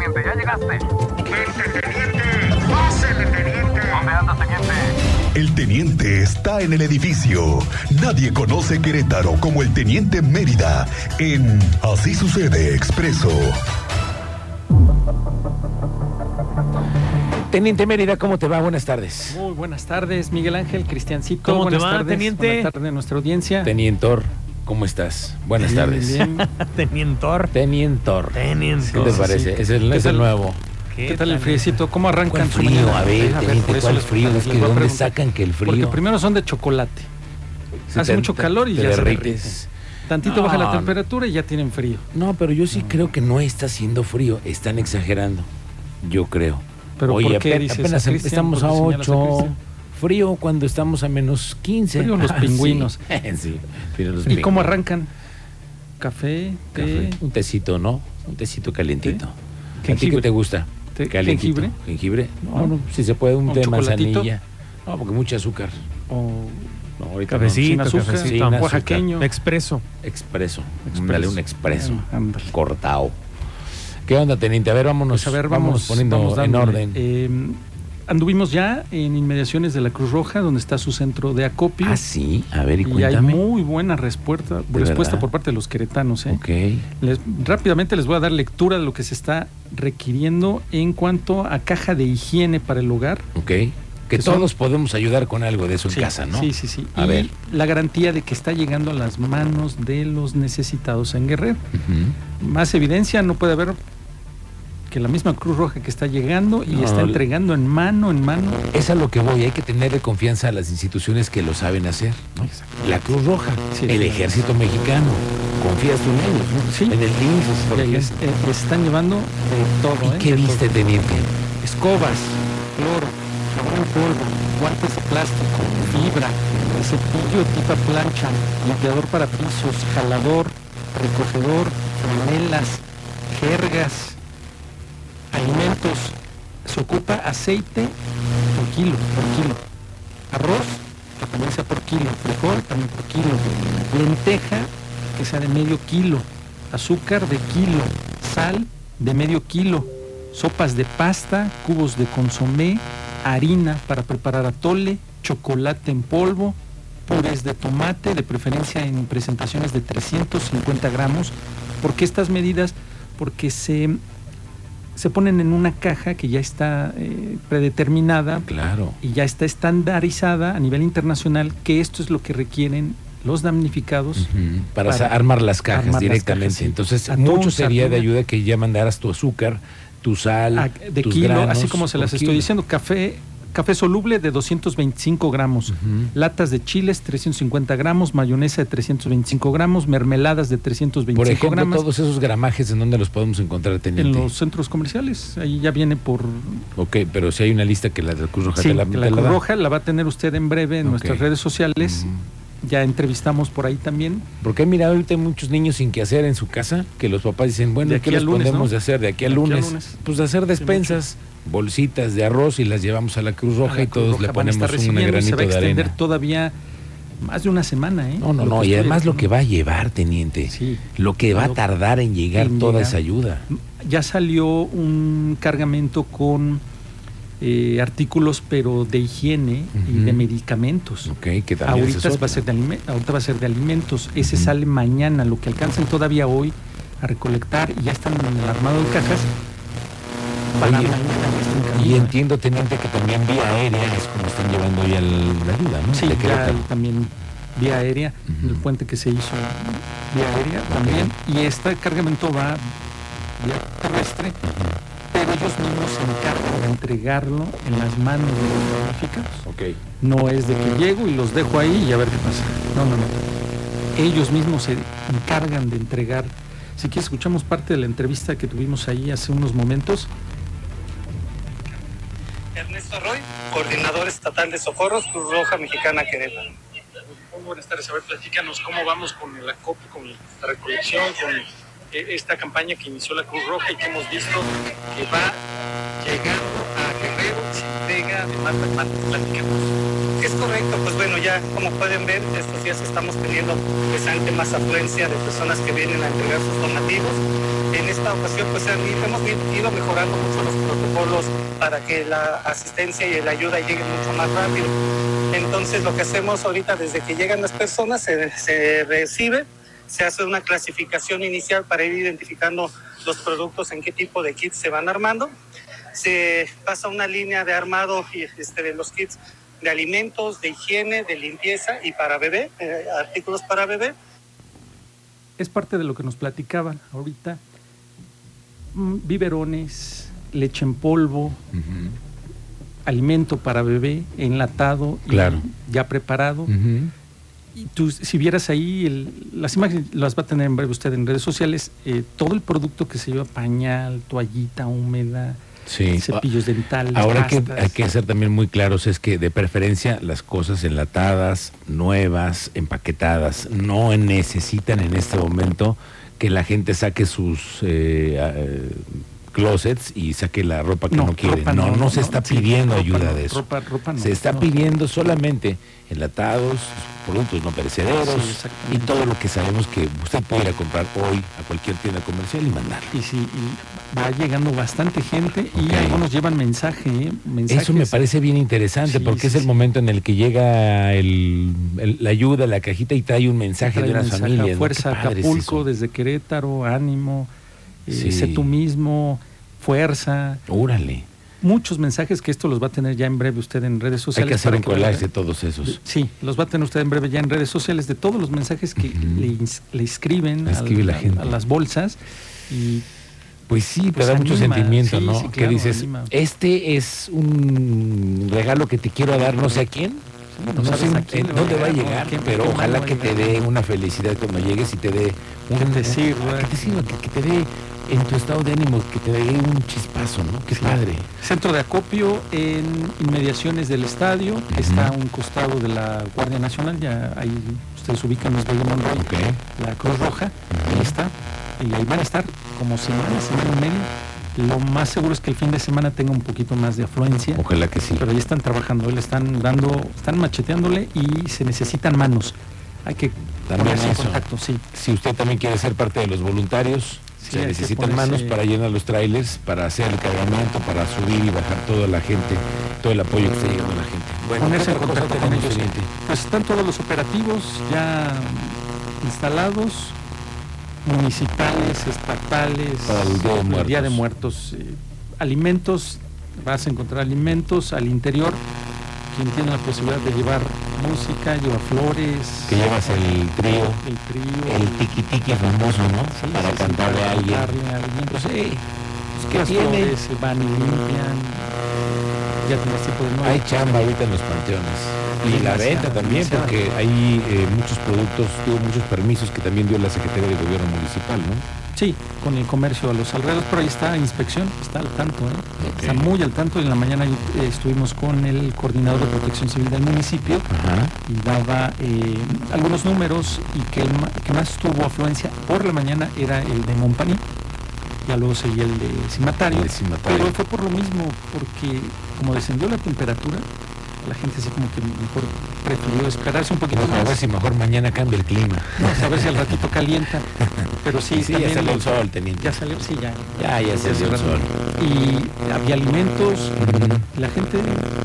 teniente, ya llegaste. ¡Vente, teniente! ¡Pásele, teniente! ¿Dónde anda, teniente? El teniente está en el edificio. Nadie conoce Querétaro como el teniente Mérida en Así sucede expreso. Teniente Mérida, ¿cómo te va? Buenas tardes. Muy buenas tardes, Miguel Ángel, Cristiancito. ¿Cómo te buenas va, tardes. teniente? Buenas tardes a nuestra audiencia. Tenientor, ¿cómo estás? Buenas Bien, tardes. bien, bien. Tenientor. Tenientor. ¿Qué Tenientor. te sí, parece? sí. Es el, ¿Qué es el tal? nuevo. ¿Qué tal el friecito? ¿Cómo arrancan ¿Cuál su frío? mañana? A ver, teniente, por eso ¿cuál les- frío? les Es que voy a ¿de dónde preguntar. sacan que el frío? Porque primero son de chocolate. Hace Te- mucho te- calor y te ya se derrites. derriten. Tantito baja No, la no. temperatura y ya tienen frío. No, pero yo sí creo que no está haciendo frío. Están exagerando. Yo creo. Pero Oye, ¿por qué ape- dices a apenas em- Cristian? estamos ¿Por a qué señalas a 8. Cristian? Frío cuando estamos a menos 15. Frío los Ah, sí. pingüinos. sí, frío los ¿Y pingüinos. cómo arrancan? Café, té, Café. Un tecito, ¿no? Un tecito calientito. ¿A ti qué Jengibre. te gusta? Té- Calientito. jengibre. ¿Jengibre? No, No, no, no. si se puede, un ¿Un té de chocolatito? manzanilla. No, porque mucho azúcar. o No, ahorita no. Cafecito, sin azúcar, cafecito. sin azúcar. oaxaqueño. Expreso. Expreso. Expreso. Dale un expreso. Ah, ándale. Cortao. ¿Qué onda, teniente? A ver, vámonos. Pues a ver, vamos, poniendo vamos en dándole. orden. Eh, anduvimos ya en inmediaciones de la Cruz Roja, donde está su centro de acopio. ah, sí. A ver, y y hay cuéntame. muy buena respuesta, ¿De respuesta verdad? por parte de los queretanos. ¿eh? Ok. Les- rápidamente les voy a dar lectura de lo que se está requiriendo en cuanto a caja de higiene para el hogar. Ok. Que, Que son- todos podemos ayudar con algo de eso en Sí, casa, ¿no? Sí, sí, sí. A y ver. la garantía de que está llegando a las manos de los necesitados en Guerrero. Ujú. Más evidencia no puede haber que la misma Cruz Roja que está llegando y No, está no, entregando en mano, en mano. Es a lo que voy. Hay que tenerle confianza a las instituciones que lo saben hacer. ¿no? La Cruz Roja, Sí. el Ejército Mexicano. Confías tú en ellos, ¿no? Sí. En el INSS, por Y ahí ejemplo. es- eh, les están llevando de todo. ¿Y ¿eh? qué De todo. viste, teniente? Escobas, cloro, jabón en polvo, guantes de plástico, fibra, cepillo tipo plancha, limpiador para pisos, jalador, recogedor, franelas, jergas, alimentos. Se ocupa aceite por kilo, por kilo. Arroz, que también sea por kilo. Frijol, también por kilo. Lenteja, que sea de medio kilo. Azúcar de kilo. Sal de medio kilo. Sopas de pasta, cubos de consomé, harina para preparar atole, chocolate en polvo, purés de tomate, de preferencia en presentaciones de 350 gramos. ¿Por qué estas medidas? Porque se, se ponen en una caja que ya está eh, predeterminada Claro. y ya está estandarizada a nivel internacional que esto es lo que requieren los damnificados. Ujú, Para, Para sa- armar las cajas armar las directamente. cajas, sí. Entonces, Atún, mucho sería de sardina. ayuda que ya mandaras tu azúcar, tu sal, a- Ah, de tus kilo, granos así como se las por estoy kilo. diciendo, café, café soluble de 225 gramos, Ujú. latas de chiles 350 gramos, mayonesa de 325 gramos, mermeladas de 325 Por ejemplo, gramos todos esos gramajes en donde los podemos encontrar, teniente. en los centros comerciales. Ahí ya viene por Ok, pero si hay una lista que la de Cruz Roja sí, te la, que te la la Cruz da. Roja, la va a tener usted en breve en Ok. nuestras redes sociales. Ya entrevistamos por ahí también. Porque he mirado ahorita muchos niños sin que hacer en su casa, que los papás dicen, bueno, De ¿qué aquí les al lunes, podemos ¿no? hacer de aquí al De aquí al lunes? lunes. Pues de hacer despensas, bolsitas de arroz y las llevamos a la Cruz Roja A la y Cruz todos Roja le van a estar ponemos un recibiendo y se granito va a de extender arena. todavía más de una semana, ¿eh? No, no, Lo no, que y estoy- además lo que va a llevar, teniente, Sí. lo que va a Lo- tardar en llegar en toda llegar. esa ayuda. Ya salió un cargamento con eh, artículos, pero de higiene y Ujú. de medicamentos. Ok, que también esa es Ahorita va, otra. a ser de alime- ahorita va a ser de alimentos. Ese Ujú. sale mañana. Lo que alcancen todavía hoy a recolectar y ya están armado en cajas. para Oye, mañana ya está en camino, Y ¿eh? entiendo, teniente, que también vía aérea es como están llevando ya el- la ayuda, ¿no? Sí, De ya Querétaro. hay también vía aérea, Ujú. el puente que se hizo vía aérea también. Y este cargamento va vía terrestre, pero ellos mismos se encargan de entregarlo en las manos de los damnificados. Ok. No es de que llego y los dejo ahí y a ver qué pasa. No, no, no. Ellos mismos se encargan de entregar. Si quieres, escuchamos parte de la entrevista que tuvimos ahí hace unos momentos. Ernesto Roy, coordinador estatal de socorros, Cruz Roja Mexicana Querétaro. Muy buenas tardes. A ver, platícanos cómo vamos con el acopio, con la recolección, con eh, esta campaña que inició la Cruz Roja y que hemos visto que va llegando a Guerrero y se entrega de Marta Martes, platícanos. Es correcto, pues bueno, ya como pueden ver, estos días estamos teniendo bastante más afluencia de personas que vienen a entregar sus donativos. En esta ocasión, pues han ido- hemos ido mejorando mucho los protocolos para que la asistencia y la ayuda lleguen mucho más rápido. Entonces, lo que hacemos ahorita, desde que llegan las personas, se, se recibe, se hace una clasificación inicial para ir identificando los productos, en qué tipo de kits se van armando se pasa una línea de armado y, este, de los kits de alimentos, de higiene, de limpieza y para bebé, eh, artículos para bebé. es parte de lo que nos platicaban ahorita. Mm, Biberones, leche en polvo, alimento para bebé enlatado y Claro. Mm. ya preparado. Ujú. Y tú, si vieras ahí, el- las imágenes las va a tener en breve usted en redes sociales, eh, todo el producto que se lleva, pañal, toallita húmeda, Sí. cepillos dentales, Ahora hay que, pastas. hay que ser también muy claros es que de preferencia las cosas enlatadas, nuevas, empaquetadas, no necesitan en este momento que la gente saque sus eh, a- eh, closets y saque la ropa que no, quiere. ropa no, no, se está sí, pidiendo ropa ayuda no, de eso. ropa- ropa no, se está no. pidiendo solamente enlatados, productos no perecederos Sí, exactamente. y todo lo que sabemos que usted puede ir a comprar hoy a cualquier tienda comercial y mandarlo. Y sí, y va llegando bastante gente Ok. y algunos llevan mensaje, ¿eh? mensajes. Eso me parece bien interesante Sí, porque sí, es el sí. momento en el que llega el, el- la ayuda, la cajita y trae un mensaje Trae de unas mensaje a familias. ¿no? Fuerza Qué padre es Acapulco, eso. desde Querétaro, ánimo, eh, Sí. sé tú mismo, fuerza. Órale, Muchos mensajes que esto los va a tener ya en breve usted en redes hay sociales. que hacer para un vaya- collage de todos esos. Sí, los va a tener usted en breve ya en redes sociales de todos los mensajes que le, ins- le escriben Le al- escribe la a- gente. a las bolsas. Y Pues sí, Pues te da mucho anima, sentimiento, sí, ¿no? sí, que claro, dices, anima. este es un regalo que te quiero dar no sé a quién. No, sabes sé a en- quién en le dónde va a ¿no? llegar, ¿Quién- pero quién ojalá va a que te llegar? dé una felicidad cuando llegues y te dé un, Que te un- sirva. que te sirva, que, que te dé en tu estado de ánimo, que te dé un chispazo, ¿no? Qué padre. Centro de acopio en inmediaciones del estadio, que está a un costado de la Guardia Nacional, ya ahí ustedes ubican los de Monroy, Ok. la Cruz Roja, ahí está, y ahí van a estar como semana, semana y media. Lo más seguro es que el fin de semana tenga un poquito más de afluencia, Ojalá que sí. pero ahí están trabajando, le están dando, están macheteándole y se necesitan manos. Hay que También ponerse en eso. contacto, sí. Si usted también quiere ser parte de los voluntarios, Sí, hay se que necesitan ponerse- manos para llenar los trailers, para hacer el cargamento, para subir y bajar toda la gente, todo el apoyo que está llegando a la gente. Bueno, ponerse ¿qué en otra contacto cosa con tenemos ellos. pendiente? Pues están todos los operativos ya instalados, municipales, estatales, Para el Día de el Día de Muertos. Muertos, eh, alimentos, vas a encontrar alimentos al interior, quien tiene la posibilidad de llevar música, lleva flores, Que llevas el trío, el trío, el tiki tiki famoso, ¿no? sí, para sí, sí, cantarle para a alguien. cantarle a alguien. Pues, sí, pues, ¿qué Las tiene? flores se van y limpian, ya tienes tiempo de nuevo. Hay chamba ahorita en los panteones. Y la Demasiada, venta también, demasiada. porque hay eh, muchos productos, tuvo muchos permisos que también dio la Secretaría de Gobierno Municipal, ¿no? Sí, con el comercio a los alrededores, pero ahí está inspección, está al tanto, ¿eh? Ok. está muy al tanto. En la mañana eh, estuvimos con el coordinador de protección civil del municipio Ajá. y daba eh, algunos números y que el ma- que más tuvo afluencia por la mañana era el de Montpaní, ya luego seguía el de Cimatario, El de Cimatario. pero fue por lo mismo, porque como descendió la temperatura, la gente así como que mejor prefirió esperarse un poquito Bueno, a más, ver si mejor mañana cambia el clima. a ver si al ratito calienta, pero sí, Sí, sí, ya también salió el los- sol, teniente. ya salió, sí, ya. Ya, ya salió el sol. Y había alimentos, la gente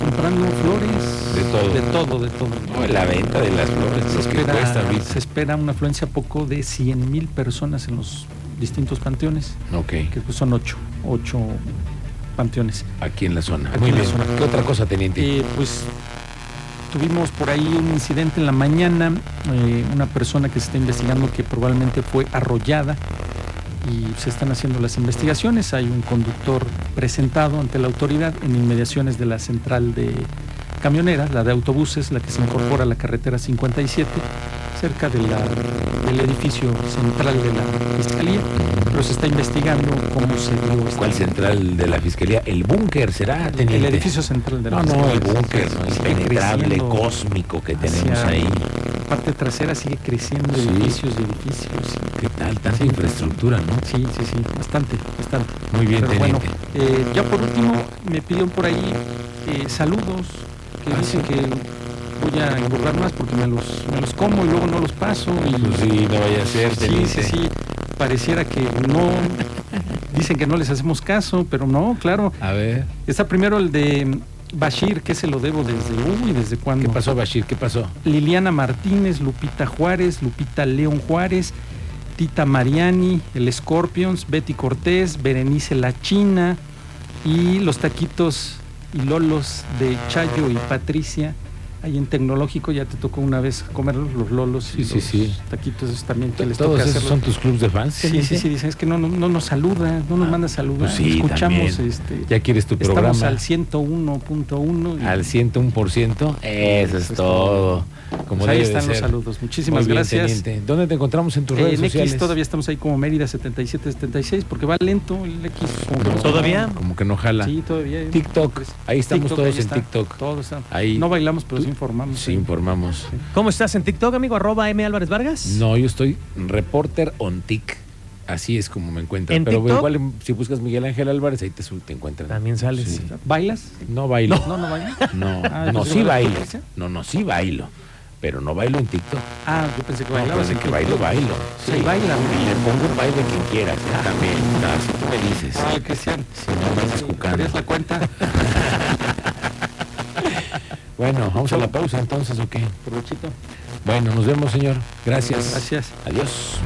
comprando flores. De todo. De todo, de todo. No, la venta de las flores, se, los que espera, cuesta ahorita. se espera una afluencia poco de 100 mil personas en los distintos panteones, Ok, que pues, son ocho, ocho panteones. aquí en la zona. Aquí Muy en la bien. zona. ¿Qué otra cosa, teniente? Eh, pues tuvimos por ahí un incidente en la mañana, eh, una persona que se está investigando que probablemente fue arrollada y se están haciendo las investigaciones. Hay un conductor presentado ante la autoridad en inmediaciones de la central de camioneras, la de autobuses, la que se incorpora a la carretera 57, cerca de la- del edificio central de la fiscalía, pero se está investigando cómo se dio esta- ¿Cuál central de la fiscalía? El búnker será, teniente. el edificio central de la No, no, fiscalía. el búnker ¿no? Sigue impenetrable, creciendo cósmico que hacia- tenemos ahí. La parte trasera sigue creciendo Sí. edificios y edificios. ¿Qué tal? Tanta Sí. infraestructura, ¿no? Sí, sí, sí, bastante, bastante. Muy bien, Pero bueno, teniente. eh, ya por último, me pidieron por ahí eh, saludos que Ah, dicen que voy a engordar más porque me los, me los como y luego no los paso. Y, Pues sí, no vaya a ser, Sí, sí, Felipe. sí. Pareciera que no. Dicen que no les hacemos caso, pero no, claro. A ver, Está primero el de Bashir, que se lo debo desde. Uy, ¿desde cuándo? ¿qué pasó, Bashir? ¿Qué pasó? Liliana Martínez, Lupita Juárez, Lupita León Juárez, Tita Mariani, el Scorpions, Betty Cortés, Berenice La China y los taquitos y lolos de Chayo y Patricia. Ahí en Tecnológico ya te tocó una vez comer los lolos y Sí, sí, los sí. taquitos esos también que les ¿Todos toca esos hacer. son tus clubs de fans? Sí, sí, sí, dicen, es que no, no, no nos saluda, no nos Ah, manda saludos. Pues sí, Escuchamos también. este Ya quieres tu programa. estamos al 101.1 y- al 101%. Eso es todo. Como Pues ahí debe de están los ser. saludos. Muy Muchísimas bien, gracias. teniente. ¿Dónde te encontramos en tus Eh, redes en sociales? X todavía estamos ahí como Mérida 7776 porque va lento el X. como que no- ¿Todavía? Como que no jala. Sí, todavía. Pues, TikTok. Ahí estamos TikTok, todos ahí en está. TikTok. Todos están. Ahí. No bailamos, pero sí informamos. Sí, ahí. informamos. ¿Cómo estás en TikTok, amigo? Arroba M Álvarez Vargas. No, yo estoy reporter on TIC. Así es como me encuentran. ¿En Pero TikTok? igual em, si buscas Miguel Ángel Álvarez, ahí te, su- te encuentran. También sales. Sí. ¿Bailas? No bailo. No, no bailas. No, Ah, no, pues, sí ¿la bailo. competencia? No, no, sí bailo. Pero no bailo en TikTok. Ah, yo pensé que No, bailabas. pues, de que bailo, bailo. Sí, baila. Y le pongo un baile a quien quiera. ¿eh? También. Ah, si tú me dices. Ah, Cristian. Si no me andas cucando. ¿Tenías la cuenta? Bueno, vamos a la pausa entonces, ¿o qué? Provechito. Bueno, nos vemos, señor. Gracias. Gracias. Adiós.